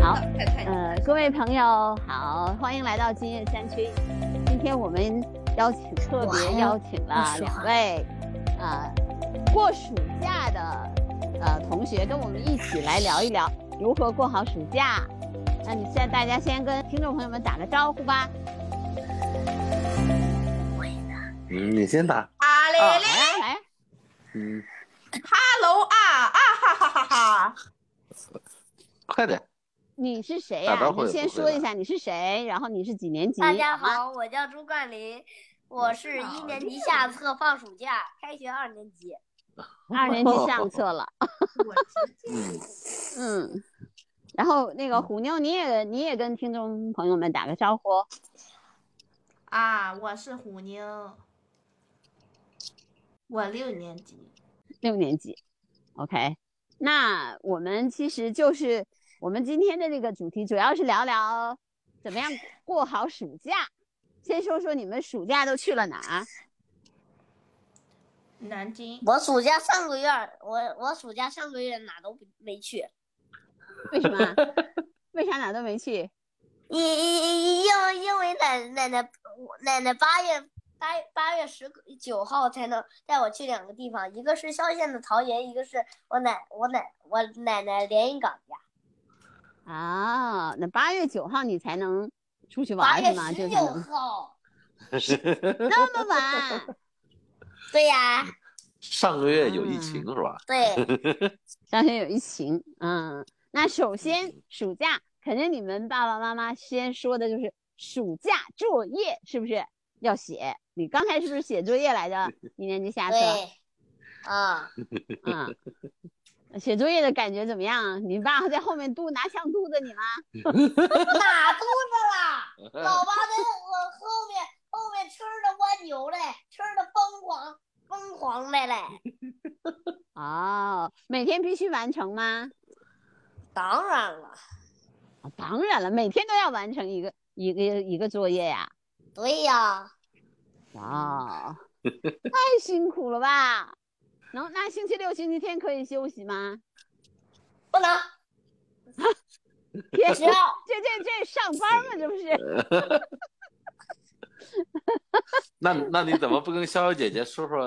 呃位朋友好，欢迎来到今夜山区。今天我们邀请特别邀请了两位，啊、呃，过暑假的呃同学，跟我们一起来聊一聊如何过好暑假。那你现在大家先跟听众朋友们打个招呼吧。嗯，你先打。啊嘞来嘞哎来，嗯， ，Hello 啊啊哈哈哈哈！快点。你是谁呀、打招呼你也先不会说一吧下你是谁，然后你是几年级？大家好，我叫朱冠霖，我是一年级下册放暑假，开学二年级。二年级上册了。嗯，嗯，然后那个虎妞，你也你也跟听众朋友们打个招呼。啊，我是虎妞，我六年级。六年级。OK，那我们其实就是我们今天的这个主题，主要是聊聊怎么样过好暑假。先说说你们暑假都去了哪儿？南京我暑假上个月，我我暑假上个月哪都没去，为 什么？为啥哪都没去？因因因为因为奶奶奶我奶奶八月八八月十九号才能带我去两个地方，一个是萧县的桃园，一个是我奶我奶我奶奶连云港家。啊，那八月九号你才能出去八玩月是吗？十这九才能号， 那么晚？对呀、 上个月有疫情是吧？ 对。当天有疫情，嗯，那首先暑假肯定你们爸爸妈妈先说的就是暑假作业是不是要写？你刚才是不是写作业来着？一年级下册，对，啊，嗯，写作业的感觉怎么样？你爸在后面嘟拿枪嘟着你吗？哪肚 子嗯了？老爸在我后面后面吃的蜗牛嘞，吃的疯狂疯狂的嘞。哦，每天必须完成吗？当然了，啊当然了，每天都要完成一个一个一个作业呀、对呀，哇，太辛苦了吧？然后那星期六、星期天可以休息吗？不能天 只要这这这上班嘛，这不是？那那你怎么不跟逍遥姐姐说说，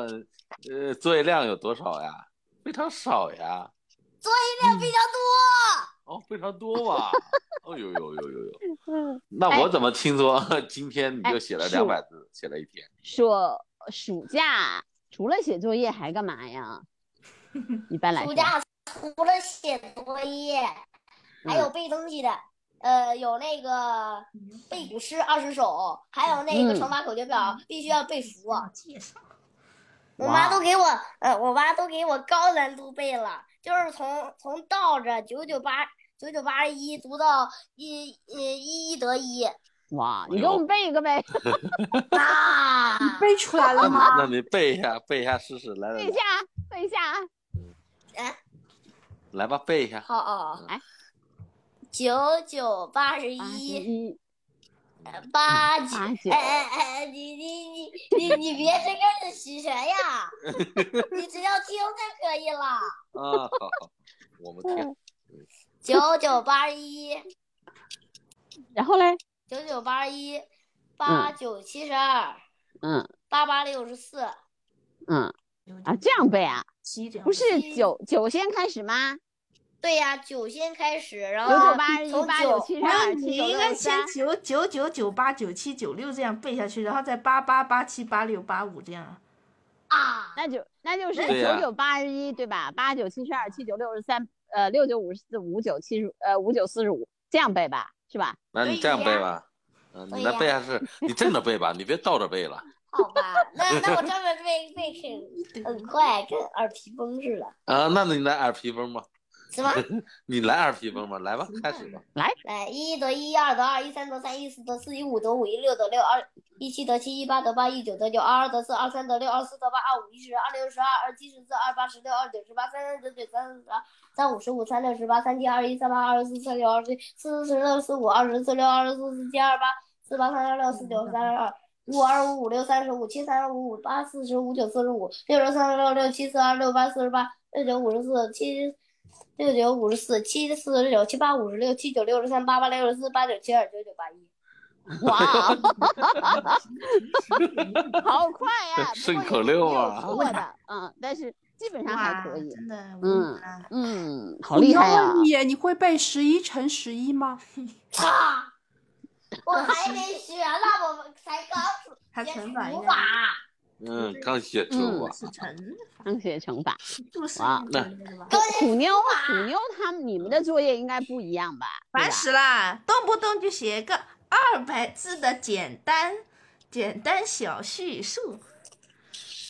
呃，作业量有多少呀？非常少呀。量比较多，哦，非常多哇。哦呦呦呦呦呦！哎那我怎么听说今天你就写了哎两百字，写了一天？说暑假除了写作业还干嘛呀？一般来说暑，假除了写作业，还有背东西的，呃，有那个背古诗二十首，还有那嗯个乘法口诀表，必须要背熟。介绍。我哇妈都给我，呃，我妈都给我高难度背了，就是从从倒着九九八九九八十一读到一呃一一得一哇，你哎给呦我们背一个呗，啊！背出来那了你吗？那你背一下，背一下试试，来来背一来下，背一下。啊来吧，背一下。啊好哦哎，九九八八十十一一，八九，八九哎哎哎，你你你你你别这个许学 呀，你只要听就可以了。啊，好好，我们听。九九八十一，然后嘞，九九八十一，八九七十二，嗯八八六十四。嗯啊，这样背啊？七这样不是嗯九九先开始吗？对呀、九先开始，然九后九八十一，从八九九七十然后二，你七九应六该十先三。九九九九八九七九六这样背下去，然后再八八八七八六八五这样。啊，那就那就是对九呀九八十一对吧？八九七十二，七九六十三，呃，六九五十四，五九七十，呃，五九四十五，这样背吧，是吧？那你这样背吧，嗯，你来背下试，你正着背吧，你别倒着背了。好吧，那那我这么背 背很很快，跟耳皮风似的，啊，那你来耳皮风吧，是吗？你来耳皮风吧，来吧，开始吧。嗯来，哎一得一，二得二，一三得三，一四得四，一五得五，一六得六，二一七得七，一八得八，一九得九，二二得四，二三得六，二四得八，二五一十，二六十二，二七十四，二八十六，二九十八，三三得九，三四十二，三五十五，三六十八，三七二一，三八二十四，三九二十一，四四十六，四五二十四六，二十四四七二八，四八三二六，四九三二二。五二五五六三十五七三十五五八四十五九四十五六十三十六六七四二六八四十八六九五十四七六九五十四，七四十九，七八五十六，七九六十三，八八六十四，八九七二，九九八一。哇，好快 呀！顺不过口也溜也有啊错的，嗯，但是基本上还啊哇可以，真的，嗯我啊嗯，好厉害呀我！问你，你会背十一乘十一吗？操！我还没学呢，我才刚还学乘法应除该法，嗯，刚学除嗯啊，是乘，刚学乘法，注释嗯哇应那该是吧？虎妞，虎妞他们你们的作业应该不一样吧？对烦吧死啦！动不动就写个二百字的简单简单小叙述，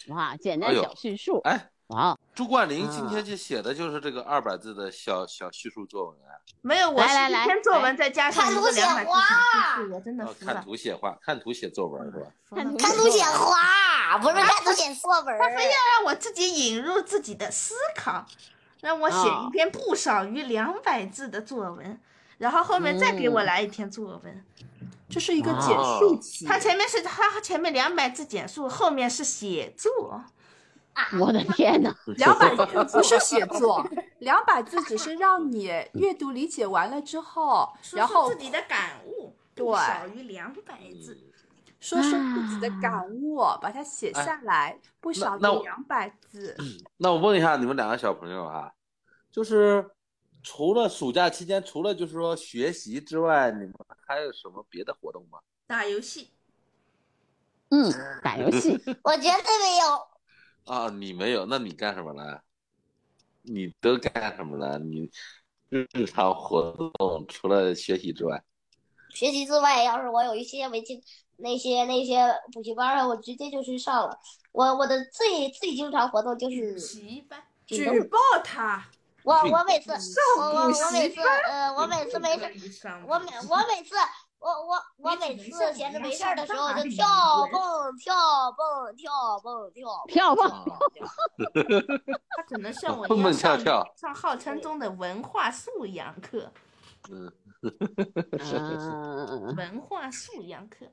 哇，简单哎呦小叙述，哎，哇，哦朱冠霖今啊天就写的就是这个二百字的小小叙述作文啊，没有，我来是来一来篇作文再加上看一图个写两百字花小叙述，我真的哦服看了。图写画，看图写作文是吧？服了看图看图写啊画，不是看图写作 文。让我自己引入自己的思考，让我写哦一篇不少于两百字的作文，然后后面再给我嗯来一篇作文。这是一个哇简啊述题。他前面是他前面两百字简述，后面是写作，我的天哪！嗯 两百 字不是写作，两百字只是让你阅读理解完了之后，说然出后自己的感悟，对不少于两百嗯字。说说啊自己的感悟，把它写下来，不少哎于那我嗯两百字。那我问一下你们两个小朋友哈、就是除了暑假期间，除了就是说学习之外，你们还有什么别的活动吗？打游戏，嗯，打游 戏，我绝对没有，啊，你没有，那你干什么了？你都干什么了？你日常活动除了学习之外，学习之外，要是我有一些围棋那些那些补习班儿，我直接就去上了。我我的最最经常活动就是习班，举举动。报他！我我每次我我补我习每次呃我每次没事以上我每我每次我我我每次闲着没事儿的时候就跳蹦跳蹦跳蹦跳蹦跳跳吧，蹦，他只能像我一蹦样蹦跳上跳上号称中的文化素养课。嗯，嗯，文化素养课，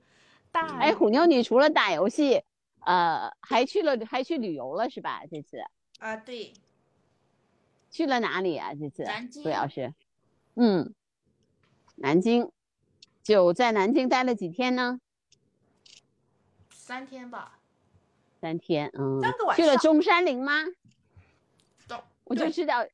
大哎，虎妞，你除了打游戏，呃，还去了还去旅游了是吧？这次啊，对，去了哪里啊？这次南京主要是，嗯，南京，就在南京待了几天呢？三天吧，三天，嗯三个，晚去了上中山陵吗？到我就对知道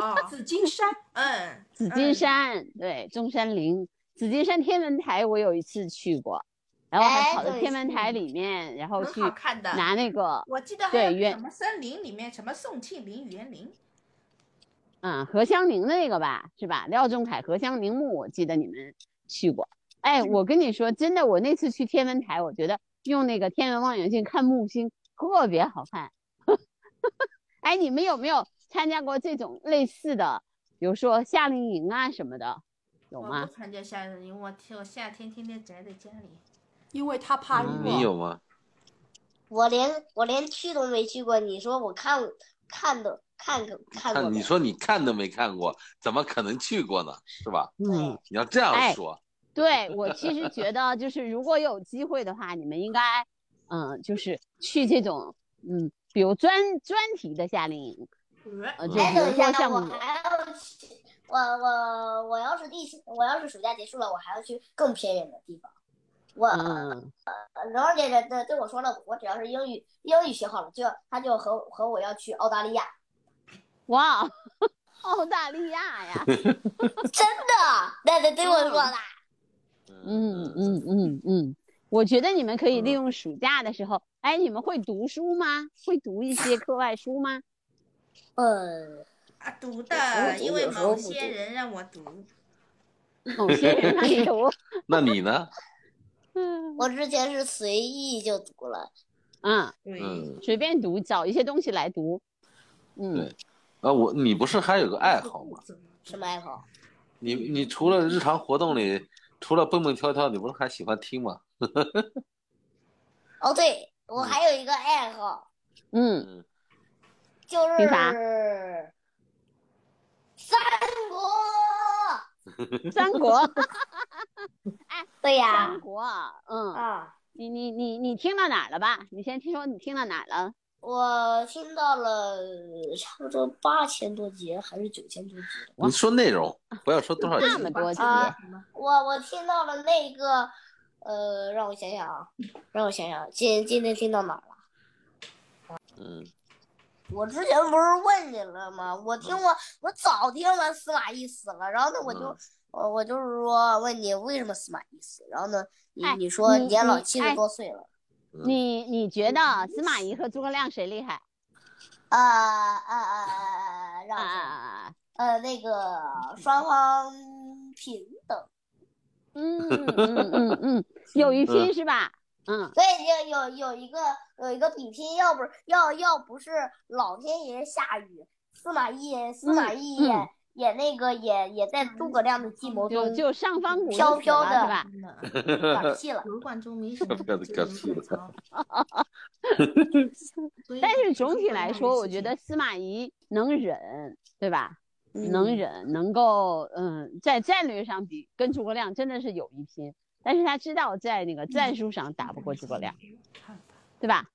啊，紫金山，嗯，紫金山，对，中山陵、紫金山天文台，我有一次去过，然后还哎跑到对天文台里面，然后很去好看的。拿那个，我记得还对有园什么森林里面什么宋庆龄园林，嗯，荷香凝的那个吧，是吧？廖仲恺荷香凝墓，我记得你们去过。嗯哎，我跟你说，真的，我那次去天文台，我觉得用那个天文望远镜看木星特别好看。 哎，你们有没有参加过这种类似的，比如说夏令营啊什么的，有嗯我吗不？参加夏令营，我天，我夏天天天宅在家里。因为他怕你热。你嗯有吗？我连我连去都没去过，你说我看看的看个看过看没你说你看都没看过，怎么可能去过呢？是吧？嗯。你要这样哎说，对我其实觉得，就是如果有机会的话，你们应该，嗯，就是去这种，嗯，比如专专题的夏令营，呃，就哎，比等如一下说像我，呢，我还要去，我我我要是疫情，我要是暑假结束了，我还要去更偏远的地方。我，嗯，然后这人对对我说了，我只要是英语英语学好了，就他就和和我要去澳大利亚，哇，哦澳大利亚 呀，真的，对对对我说的，嗯嗯嗯嗯，我觉得你们可以利嗯用暑假的时候，哎，你们会读书吗？会读一些课外书吗？嗯，啊，读有时候哎的，读因为有时候某不读些人让我读。某些人让 你读，那你呢？嗯我之前是随意就读了，嗯，对，嗯，随便读，找一些东西来读，嗯对啊，我你不是还有个爱好吗？什么爱好？你你除了日常活动里，除了蹦蹦跳跳，你不是还喜欢听吗？哦，对我还有一个爱好， 嗯，嗯，就听啥是三国，三国，对呀三，国，嗯。啊。你你你你听到哪儿了吧？你先听说你听到哪儿了？我听到了差不多八千多集还是九千多集，你说内容，不要说多少集。那么多集，啊我我听到了那个，呃，让我想想啊，让我想想，今今天听到哪儿了？嗯，我之前不是问你了吗？我听嗯过，我早听完司马懿死了，然后呢，我就嗯我我就是说问你为什么司马懿死，然后呢，你哎你说你年老你七哎十多岁了，嗯你你觉得司马懿和诸葛亮谁厉害？啊啊啊啊啊！啊啊让我嗯想想，啊！啊呃，那个 双方平等，嗯嗯嗯嗯，有一拼是吧？嗯，对，有有有一个有一个比拼，要不要要不是老天爷下雨，司马懿司马懿嗯也、也那个也也在诸葛亮的计谋就中就上方谷就飘死了飘的嗯是吧？ 嗝屁了。油管中没什么不要这搞个屁吐槽所以但是就嗯总体来说，我觉这得样司马懿能忍，对吧？嗯能忍，能够嗯，在战略上比跟诸葛亮真的是有一拼，但是他知道在那个战术上打不过诸葛亮，对吧？嗯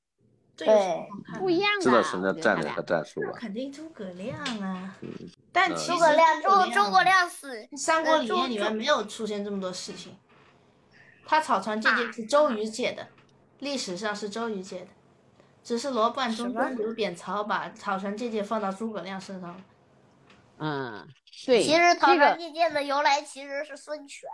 的事情，这有什对么好看的不一样的。知道什么啊我觉叫得战他略俩和战术那 吧？肯定诸葛亮啊，嗯但其实诸葛亮诸诸葛《亮死，三国里面》里呃面诸没有出现这么多事情，他草船借箭是周瑜借的，历史上是周瑜借的，只是罗贯中什么跟刘贬曹把草船借箭放到诸葛亮身上了。嗯，对，其实草这船个借箭的由来其实是孙权。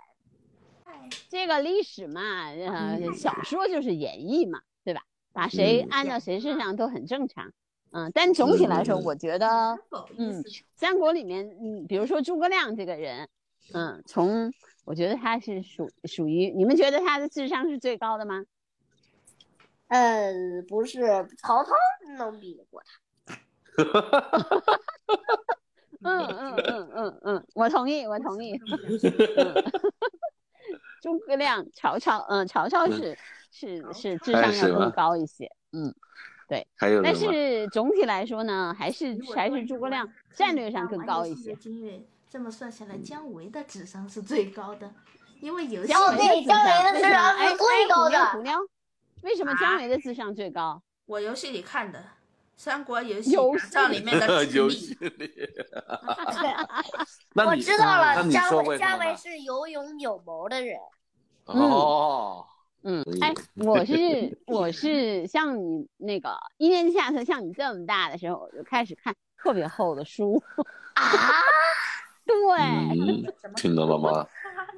这个历史嘛，呃，小说就是演绎嘛，对吧？把谁嗯按到谁身上都很正常。嗯，但总体来说，嗯我觉得不好意嗯思，三国里面，嗯，比如说诸葛亮这个人，嗯，从我觉得他是属属于你们觉得他的智商是最高的吗？嗯，不是曹操能比得过他。嗯嗯嗯嗯嗯，我同意，我同意。嗯 诸葛亮、曹操，嗯，曹操是是是智哎商是要更吗高一些，嗯。还有但什 么？是总体来说呢，还是还是诸葛亮战略上更高一些。。嗯经略这么算下来，姜维的智商是最高的，因为游戏姜哦维对的智啊商姜维为的智什么商哎哎是最高虎妞的虎妞，为什么姜维的智商最 高？我游戏里看的《三国游戏游打造》里面的 智游力戏， 里，我那你知道那了，你姜说维为什姜么维呢？是有勇有谋的人。哦，嗯所，以哎，我是我是像你那个一年级下册像你这么大的时候，我就开始看特别厚的书。 啊，对，嗯，听到了吗？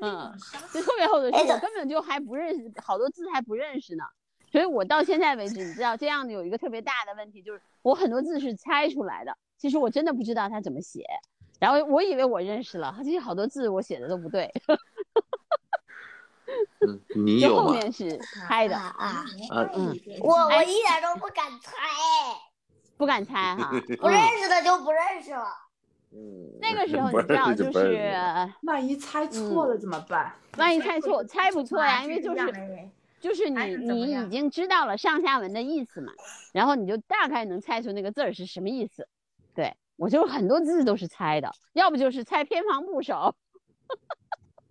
嗯，就特别厚的书，哎我等根本就还不认识，好多字还不认识呢。所以我到现在为止，你知道这样的有一个特别大的问题，就是我很多字是猜出来的，其实我真的不知道它怎么写。然后我以为我认识了，其实好多字我写的都不对，嗯，你就有后吗？面是猜的，啊！啊，嗯， 我我一点都不敢猜，哎不敢猜 哈。不嗯认识的就不认识了。嗯那个时候不你知道，认识就不认识是万一猜嗯错了怎么办？万一猜错，猜不错呀，因为就是是就是还你是怎么你已样经知道了上下文的意思嘛，然后你就大概能猜出那个字儿是什么意思。对我就很多字都是猜的，要不就是猜偏旁部首，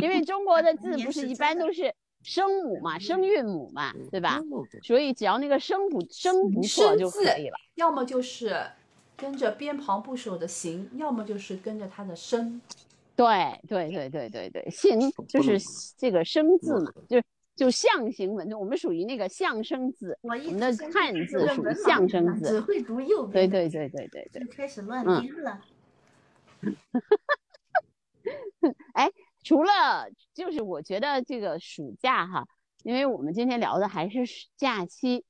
因为中国的字也不是是一真般的都是声母嘛，声韵母嘛，对吧？嗯所以只要那个声不声不错生就可字以了。要么就是跟着边旁部首的形，要么就是跟着它的声。对对对对对对，形就不是能这个声字嗯嘛，就是就象形文字，我们属于那个象声字。我一我们的出生汉就是字个属于文盲象人声啊字只会读右对对边，对对对对就。开始乱嗯编了。除了就是我觉得这个暑假哈，因为我们今天聊的还是暑假期，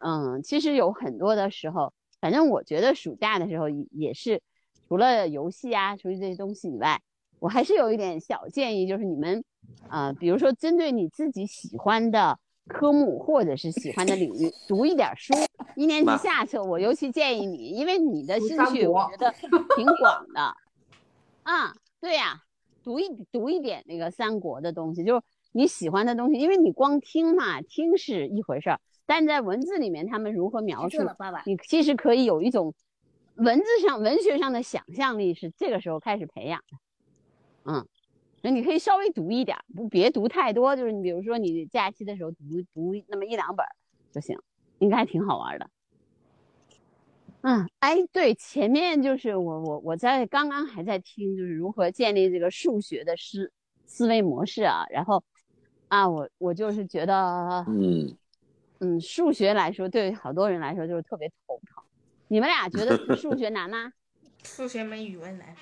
嗯，其实有很多的时候，反正我觉得暑假的时候也也是，除了游戏啊，除了这些东西以外，我还是有一点小建议，就是你们，呃，比如说针对你自己喜欢的科目或者是喜欢的领域，读一点儿书。一年级妈下册，我尤其建议你，因为你的读兴三趣我国觉得挺广的， 啊、对呀、读一读一点那个三国的东西，就是你喜欢的东西，因为你光听嘛，听是一回事儿，但在文字里面他们如何描述，爸爸。你其实可以有一种文字上、文学上的想象力，是这个时候开始培养的。嗯，那你可以稍微读一点儿，不别读太多，就是你比如说你假期的时候读读那么一两本儿就行。应该挺好玩的。嗯，哎，对，前面就是我我我在刚刚还在听，就是如何建立这个数学的思思维模式啊，然后啊，我我就是觉得，嗯，嗯，数学来说对好多人来说就是特别头疼。你们俩觉得数学难吗？ 数学没语文难，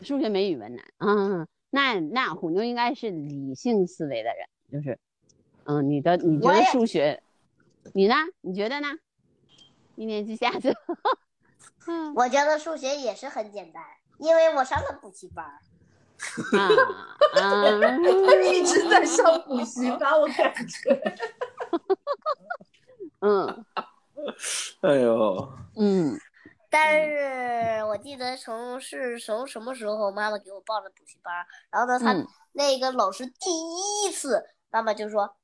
数学没语文难，嗯，那那虎妞应该是理性思维的人，就是，嗯，你的你觉我得也数学，你呢？你觉得呢？一年级下去了，嗯我觉得数学也是很简单，因为我上了补习班儿。 啊啊，哎一直在上补习班，我感觉。嗯哎呦，嗯，但是我记得从是从什么时候，妈妈给我报了补习班儿，然后呢，她嗯那个老师第一次，妈妈就说，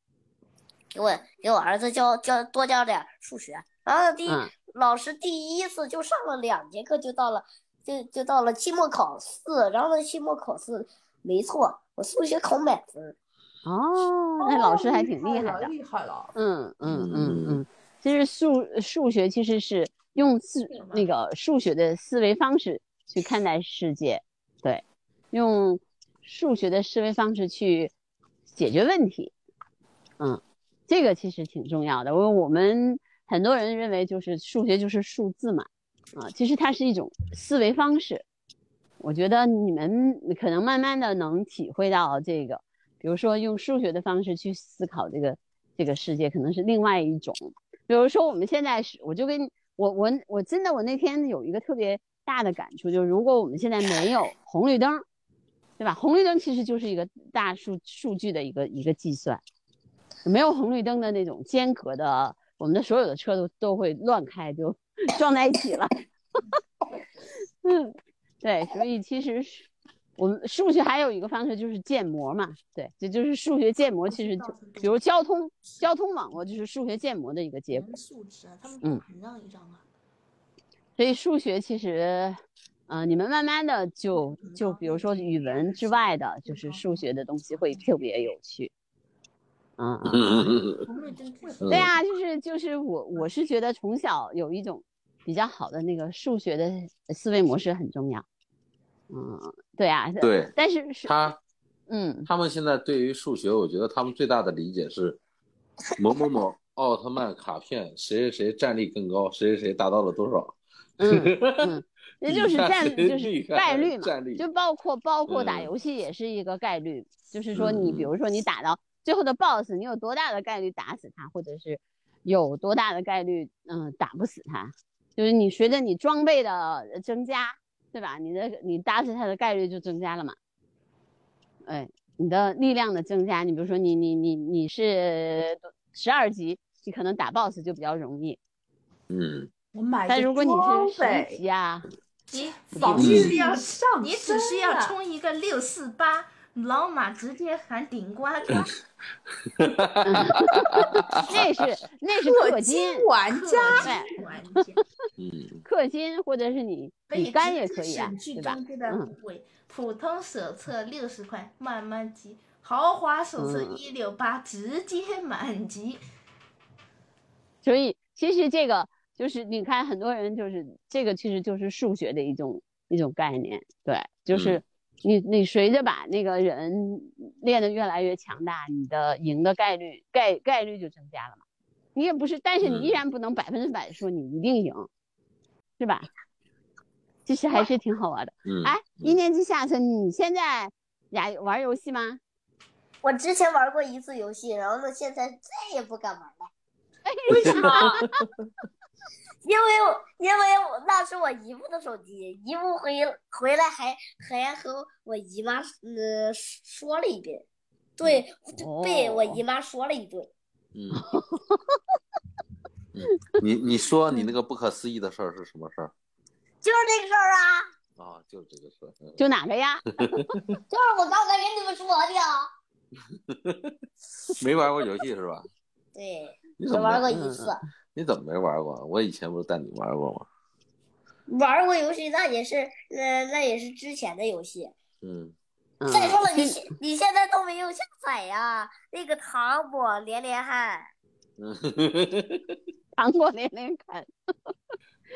给我给我儿子教教多教点儿数学，然后第一嗯老师第一次就上了两节课，就到了就就到了期末考试，然后呢，期末考试没错，我数学考满分儿，哦，那老师还挺厉害的，厉害了。嗯嗯嗯嗯嗯，其实数数学其实是用自那个数学的思维方式去看待世界，对，用数学的思维方式去解决问题，嗯，这个其实挺重要的，因为我们很多人认为就是数学就是数字嘛，啊，其实它是一种思维方式，我觉得你们可能慢慢的能体会到这个，比如说用数学的方式去思考这个这个世界，可能是另外一种。比如说我们现在是，我就跟你我我我真的我那天有一个特别大的感触，就是如果我们现在没有红绿灯，对吧？红绿灯其实就是一个大数数据的一个一个计算，没有红绿灯的那种间隔的，我们的所有的车都都会乱开，就 撞在一起了。 嗯，对，所以其实是我们数学还有一个方式就是建模嘛，对，这就是数学建模，其实就比如交通交通网络就是数学建模的一个结果。人素质啊，他们嗯很让一让啊。所以数学其实，呃，你们慢慢的就就比如说语文之外的，就是数学的东西会特别有趣。嗯，嗯嗯红绿灯为什嗯对啊，就是就是我我是觉得从小有一种比较好的那个数学的思维模式很重要。嗯，对啊，对但是是他嗯他们现在对于数学，我觉得他们最大的理解是，某某某奥特曼卡片，谁谁谁战力更高，谁谁谁达到了多少。 嗯 嗯，这就是概率，就你是看概率嘛。战力就包括包括打嗯游戏也是一个概率，就是说你嗯比如说你打到最后的 BOSS，你有多大的概率打死他，或者是有多大的概率嗯、打不死他，就是你随着你装备的呃增加，对吧？你的你打死他的概率就增加了嘛。哎，你的力量的增加，你比如说你你你你是十二级，你可能打 BOSS 就比较容易，嗯，我买但个如果你哎装是十一备，级啊，你防你御只力要上升啊你只是要冲一个六四八，老马直接喊 顶呱呱。 那是那是氪氪金金，玩家，对玩家，嗯，氪金或者是你以 你干也可以啊省，去对吧？中间的嗯部位，普通手册六十块，慢慢积；豪华手册嗯一六八，直接满级。所以其实这个就是你看很多人就是这个其实就是数学的一种一种概念，对，嗯就是你你随着把那个人练得越来越强大，你的赢的概率概概率就增加了嘛。你也不是，但是你依嗯然不能百分之百地说你一定赢，是吧？其实还是挺好玩的。嗯哎，一年级下去，你现在俩玩游戏吗？我之前玩过一次游戏，然后呢，现在再也不敢玩了， 为什么？ 因为我因为我那是我姨父的手机，姨父回回来还还和我姨妈嗯说了一遍，对，哦被我姨妈说了一顿。嗯，嗯 你你说你那个不可思议的事儿是什么事儿就是这个事儿啊，啊？就是这个事儿。嗯就哪个呀？就是我刚才跟你们说的啊。没玩过游戏是吧？对，你只怎么玩过没嗯一次，你怎么没玩过？我以前不是带你玩过吗？嗯玩过游戏那也是，呃那那也是之前的游戏。 嗯，嗯再说了，你这现你现在都没有下载呀、那个糖果连连汉， 糖果连连看，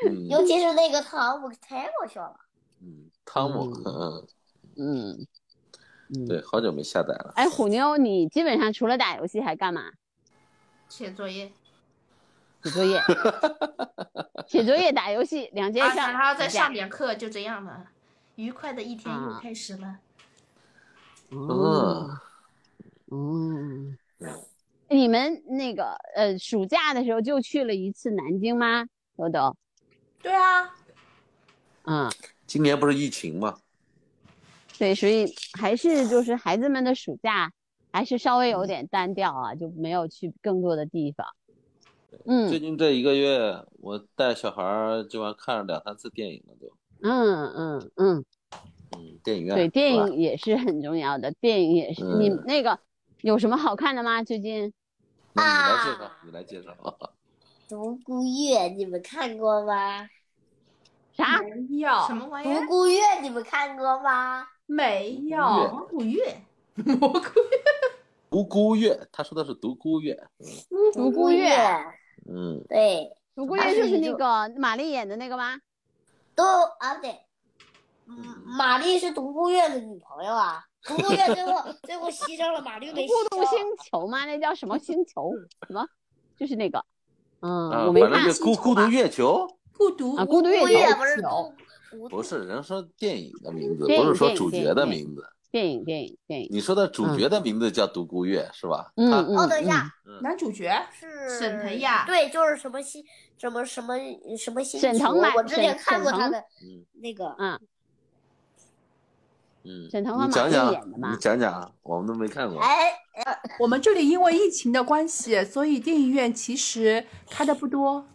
嗯尤其是那个糖，我太搞笑了。嗯，汤姆，嗯嗯，嗯，嗯，对，好久没下载了。哎，虎妞，你基本上除了打游戏还干嘛？写作业，写作 业，写作业、打游戏两件啊，事儿。然后再上你点课，就这样了。愉快的一天又啊开始了。家。嗯，嗯嗯，你们那个呃，暑假的时候就去了一次南京吗？豆豆，对啊，嗯，今年不是疫情吗？对，所以还是就是孩子们的暑假还是稍微有点单调啊，就没有去更多的地方。最嗯近这一个月，我带小孩儿今晚看了两三次电影了，都。嗯嗯嗯，嗯，电影院。对，电是吧影也是很重要的，电影也是。你嗯那个有什么好看的吗？最近？那你来介绍啊，你来介绍。 《独孤月》你们看过吗？啥？没有，哦什么玩意《独儿？孤月》你们看过吗？没月有，蘑菇月，蘑菇月，独孤月，他说的是独孤月。独孤孤月嗯，对，独孤而月且就是那你就个玛丽演的那个吗？都啊不对，嗯，玛丽是独孤月的女朋友啊。独孤月最 后最后牺牲了，玛丽没牺互动牲。星球吗？那叫什么星球？什么？就是那个，嗯，啊我没反正看就。孤孤独月球，孤独啊孤独孤月月球不是球独孤不是人说电影的名字，电影不是说电影主角的名字。电影，电影，电影。你说的主角的名字叫独孤月是吧？嗯他嗯哦，等一下，男主角，是沈腾呀对，就是什么星，什么什么什么星球。沈腾吧我之前沈看过沈他腾的嗯那个嗯，沈腾和你马讲丽讲演的嘛你讲讲，我们都没看过。哎，我们这里因为疫情的关系，所以电影院其实开的不多。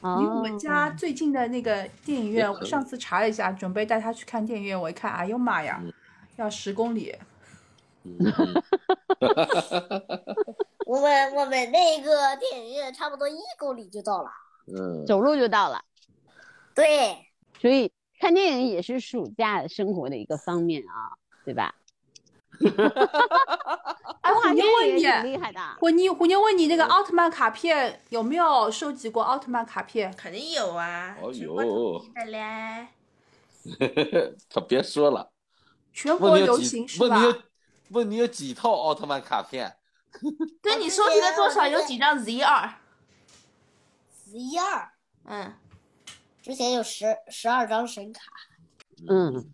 嗯离我哦们家最近的那个电影院，也我可以上次查了一下，准备带他去看电影院，我一看，哎呦妈呀嗯，要十公里，嗯嗯我们我们那个电影院差不多一公里就到了。哦嗯， 走路就到了，对，所以看电影也是暑假生活的一个方面啊，对吧？哎，哇，虎妞电问影也挺你，厉害的。虎妞虎妞问你那嗯个奥特曼卡片有没有收集过奥特曼卡片？肯定有啊哦，全有国统一的嘞。可别说了。全国问你流有几行？是问吧你？有？问你有几套奥特曼卡片？对，你收集了多少？有几张 Z 二？十一二嗯，之前有十十二张神卡，嗯，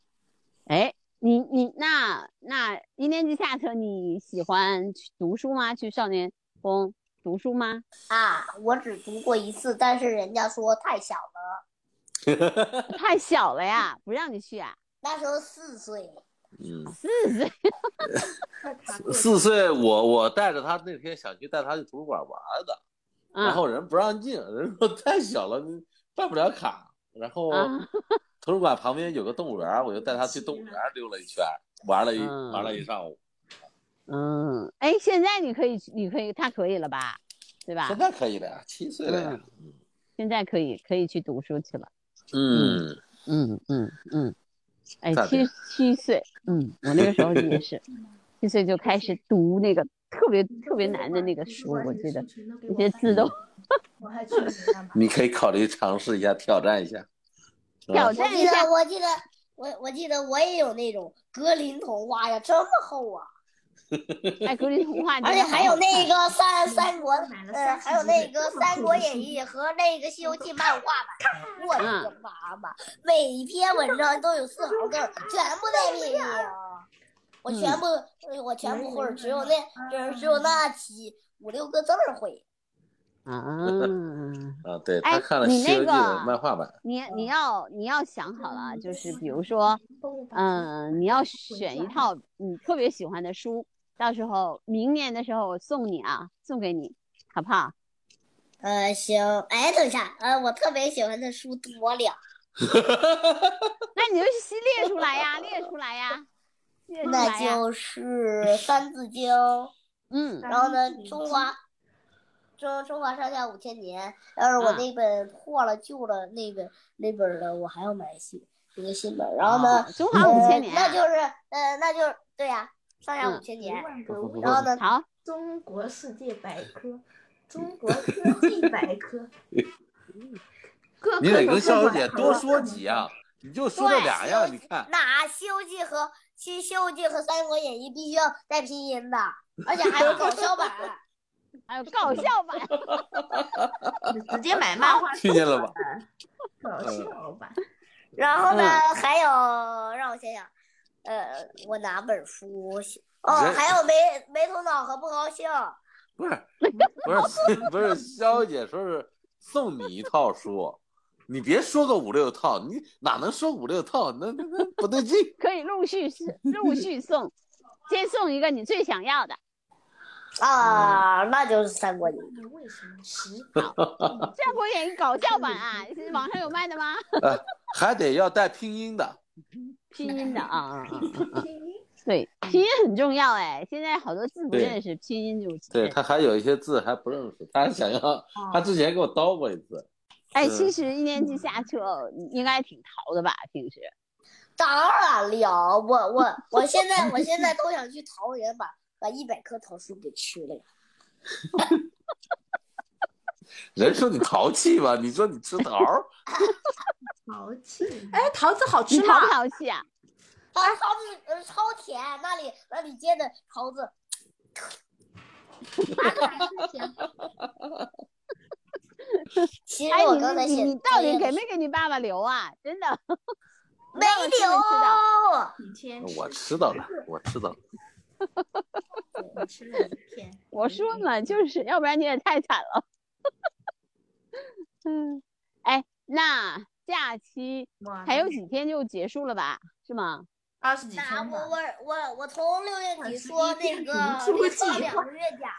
哎，你你那那一年级下册你喜欢去读书吗？去少年宫读书吗？啊，我只读过一次，但是人家说太小了，太小了呀，不让你去 啊。那时候四岁。嗯，四岁，四岁我我带着他那天想去带他去图书馆玩的，嗯然后人不让进，人说太小了，你办不了卡。然后啊图书馆旁边有个动物园，我就带他去动物园溜了一圈，玩了一嗯玩了一上午。嗯，哎，现在你可以去，你可以，他可以了吧？对吧现？在可以了呀，七岁了呀。嗯现在可以，可以去读书去了。嗯，嗯嗯嗯，哎，咋七的七岁，嗯，我那个时候也是， 七岁就开始读那个特别特别难的那个书，我记得那些字 都我还去你干嘛？你可以考虑尝试一下，挑战一下。挑我战一记下得，我记得，我我记得我也有那种格林童话呀，这么厚啊，哎，格林童 话真而的且好好看，还有那个三嗯三国，买呃，了三十还有几那本个这《么厚三的国书演义》和那个《西游记》漫画版，我的个妈妈，每一篇文章都有四行字儿，全部带笔啊！我全部，呃我全部会儿，只有那，只只有那几五六个字儿会。 啊。啊，对哎他看了《你西游记》那个的漫画版，你你要你要想好了，就是比如说，嗯、你要选一套你特别喜欢的书，到时候明年的时候我送你啊，送给你，好不好？呃，行，哎，等一下，呃，我特别喜欢的书多了，那你就先列出来呀，列出来呀，列出那嗯来呀。就是《三字经》，嗯然后呢，《中华》。中中华上下五千年，要是我嗯那本破了旧了那本那本的，我还要买新一个新本。然后呢，哦中华五千年呃啊，那就是呃，那就是对呀、上下嗯五千年。一万个不不不然后呢，好，中国世界百科中国科技百科。各你得科跟普逍遥百姐科多说几样，你就说这俩样，你看那《西游记》和《西西游记》和《三国演义》必须要带拼音的，而且还有搞笑版。还有哎搞笑版，直接买漫画听见了吧？搞笑吧。然后呢，嗯还有让我想想，呃，我哪本书写？哦，人还有没没头脑和不高兴。不是不是 不是，逍遥姐说是送你一套书，你别说个五六套，你哪能说五六套？那那那不对劲。可以陆续陆续送，先送一个你最想要的，嗯啊，那就是三国演义。你为什么迟《三国演义》搞笑版啊，网上有卖的 吗？还得要带拼音的。拼音的啊，啊啊到拼音？ 对，拼音很重要哎，现在好多字不对认识，拼音就对他还有一些字还不认识，他还想要， 他之前给我叨过一次。哎，其是实一年级下课应该挺淘的吧？平时当然了，我我我现在我现在都想去桃园把把一百棵桃树给吃了呀。人说你淘气吧，你说你吃桃儿，淘气。哎，桃子好你吃淘不吗？淘气啊？啊，桃子呃超甜，那里那里结的桃 子，其实哎，我你刚才你写你你到作业底的给时没给你爸爸留啊？真的候没知道留？几天我吃到了，我吃到了。我吃了一片。我说嘛，就是要不然你也太惨了。嗯，哎，那假期哇还有几天就结束了吧？是吗？二十几那天我吧。我我我从六月底说那个我是一得放你两个月假，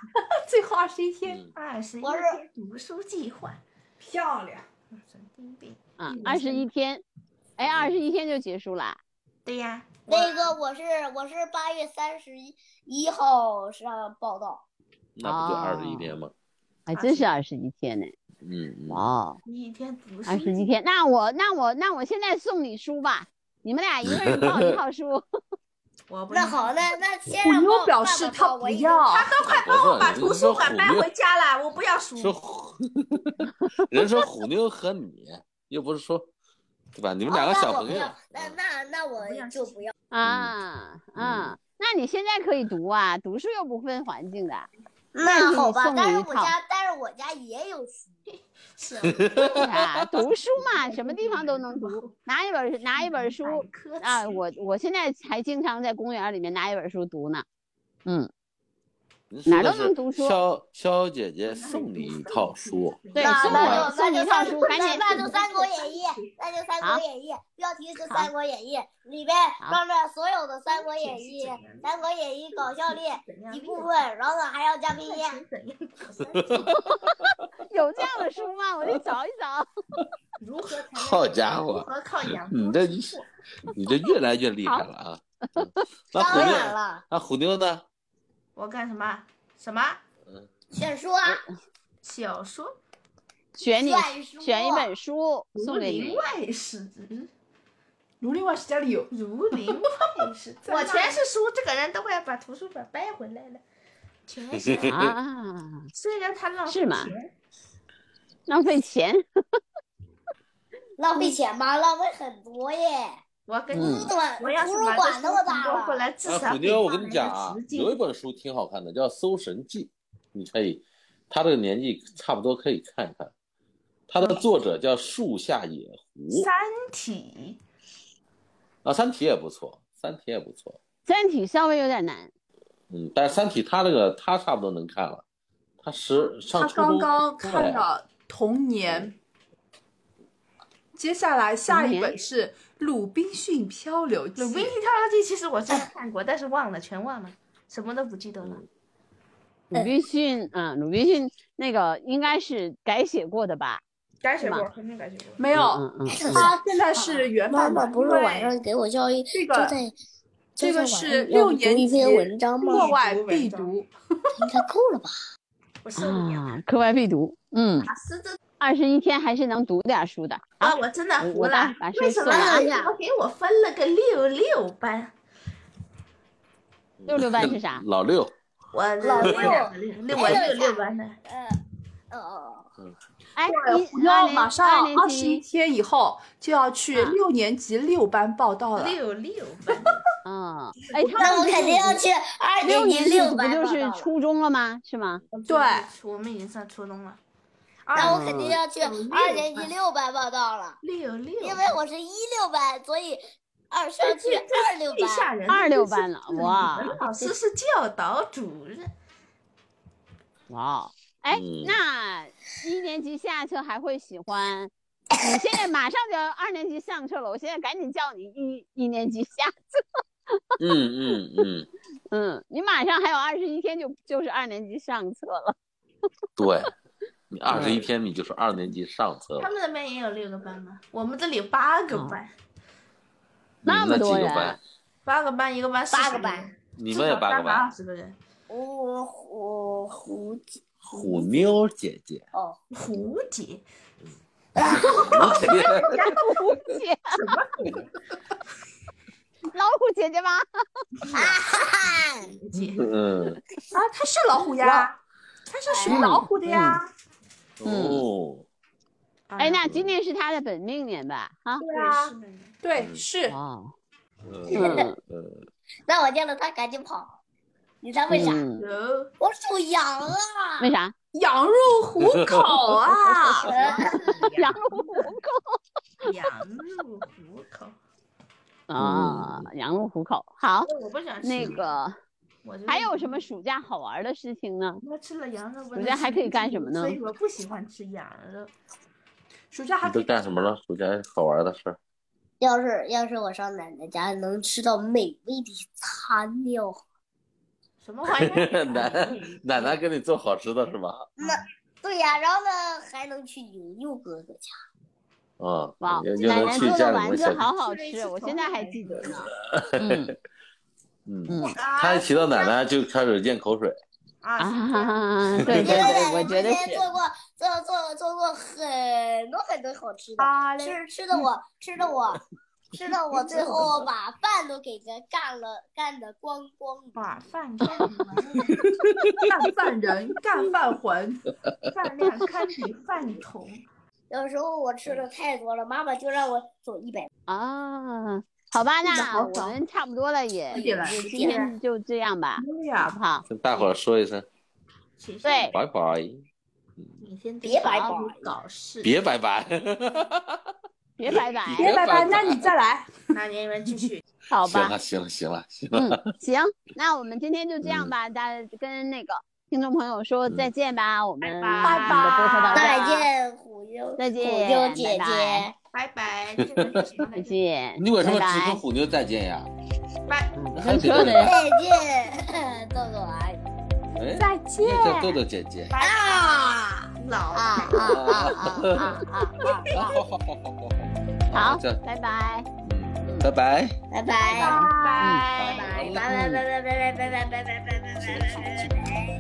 最后二十一天，嗯，二十一我是天读书计划，漂亮。神经病。啊嗯，二十一天，哎，二十一天就结束啦。对呀。那个我是我是八月三十一号上报道，那不就哦二十一天吗？还哎真是二十一天呢。嗯，嗯哇，你一天读书二十一天，那我那我那我现在送你书吧，你们俩一个人抱一套 书。我不那能好，那那先虎让妞报表示爸爸她报不我已经要，他都快帮我把图书馆搬回家了，我不要书。说虎，人说虎妞和你，又不是说，对吧？你们两个哦那小我朋不友要，那那那我就不要。啊啊，那你现在可以读啊，读书又不分环境的。那好吧，送你但是一我套家但是我家也有书，是对啊，读书嘛，什么地方都能读，拿一本拿一本书 啊，我我现在还经常在公园里面拿一本书读呢。嗯，您说哪的都能是读书逍逍姐姐送你一套书， 对那送那我就送那你一就套三书那赶紧那就《三国演义》，那就《三好国演义》，标题是《好三国演义》，里边好装着所有的《三国演义》怎样《三国演义》搞笑列怎样一部 分，然后呢还要加拼音。怎样？有这样的书吗？我得找一找。如何才能好家伙如何靠养你这一你这越来越厉害了啊！嗯那当虎妞，然了，那虎妞呢？我干什么？什么选书啊，小说？ 选你选 书，选一本书送给儒你林，外史，如另外是家里有，儒林外 史。我全是书，这个人都快把图书馆搬回来了。 全是，啊，虽然他浪费是吗钱浪费钱。浪费钱吧，浪费很多耶。我跟图你嗯书，馆，我要图是书买馆那么大多过了，来，至啊，少虎得妞，我放跟你那讲个啊十，斤有一本书挺好看的，叫《搜神记》，你可以，他这个年纪差不多可以看一看。他的作者叫树下野《狐三体啊，《三体》也不错，《三体》也不错， 《三体》稍微有点难，嗯，但是《三体》他那个他差不多能看了，他十她上初刚中刚出看来了《童年》，接下来下一本是《鲁滨逊漂流记》。鲁滨逊漂流记》，其实 我真的看过，但是忘了，全忘了，什么都不记得了。鲁滨逊啊，鲁滨逊那个应该是改写过的吧？改是吗肯定改写过。没有，嗯嗯嗯，她现在哎是原妈版妈的，不是因为晚上给我叫一这就个在。就这个在晚上是要六不读年一篇级文章课吗？外必读。应该够了吧？我受不了，啊，课外必读，嗯，啊，是的二十一天还是能读点书的。啊，我真的我服我了把把。为谁什么送了你怎么给我分了个六六班？六六班是啥老六，我老嗯我六两个六，六我哎六等一下六班的。呃，呃，哎，对，你我呃要20马上20二十一天以后就要去啊六年级六班报道了。六六班，嗯，哎，他哦那们我不是肯定已要经去二六年级年级六不班报就是道了初中了吗？是吗？对我们已经上初中了。那二我肯定要去二年级六班报道了，六六，因为我是一六班，所以二是要去二六最吓班。人 的二六就是班了，哇我们老师是教导主任，哇！ 哎嗯，那一年级下去还会喜欢？你现在马上就要二年级上去了，我现在赶紧叫你一一年级下。嗯嗯嗯，嗯，你马上还有二十一天就就是二年级上册了。对，你二十一天你就是二年级上册他了，们那边也有六个班吗？我们这里有八个班，哦你嗯那们么那几多个人班？八个班一个班八40个人班，你们也八个二班？十个人。我我胡虎妞姐姐，哦，胡姐，虎姐姐， 老虎姐， 老虎姐姐吗？啊胡姐 嗯，啊，他是老虎呀，他是属老虎的嗯呀。嗯哦，哎，那今年是她的本命年吧？啊，对啊，对，是哇，哦嗯嗯，那我见了他赶紧跑，你猜为啥？嗯有我属羊啊！。为啥？ 羊入虎口啊 呃羊入虎羊入虎口，口 啊，羊入虎口。好，我不喜欢吃那羊，个我就是还有什么暑假好玩的事情呢？我吃了羊肉，我暑假还可以干什么呢所以我不喜欢吃羊肉。暑假还你可都以干什么了？暑假好玩的事儿？要是要是我上奶奶家能吃到美味的餐料，什么玩 意儿？奶奶奶给你做好吃的是吧？对呀、然后呢还能去牛牛哥哥家，啊，哇，又又奶能奶去做家的里面丸子小， 好好吃了一吃，次我头现在发还也记没得有呢。嗯嗯，嗯他一提到奶奶就开始咽口水，啊，啊， 对对因为奶对，奶我觉得之前是。做过做做做过很多很多好吃的，啊嘞吃吃的我吃的我吃的我最 后把饭都给他干了，干的光光的。把饭干完，干饭人、干饭魂，饭量堪比饭桶。有时候我吃的太多了，妈妈就让我走一百。啊，好吧，得那好我爽们差不多了也，快也点啊来今天就这样吧，对好呀不，好？跟大伙儿说一声嗯其实对拜拜，每天别白搞搞搞事，别拜拜， 别拜拜，别拜拜，拜拜那你再来，那你们继续。好行吧？了行了行了行嗯了，嗯，行，那我们今天就这样吧，大家跟那个听众朋友说嗯再见吧，我们拜今拜天的播出到这儿再，见，虎妞，再见虎妞姐姐。拜拜拜拜，这个 是什么再见，你为什么嗯拜只跟拜，虎妞再见呀？拜。嗯跟所有的人，再见， 豆豆阿姨哎，再你见也叫豆豆姐姐。啊老啊啊 啊啊啊啊！好好好好好，好这，拜拜，嗯嗯拜拜。拜拜，拜拜拜拜拜拜拜拜拜拜拜拜拜拜拜拜拜。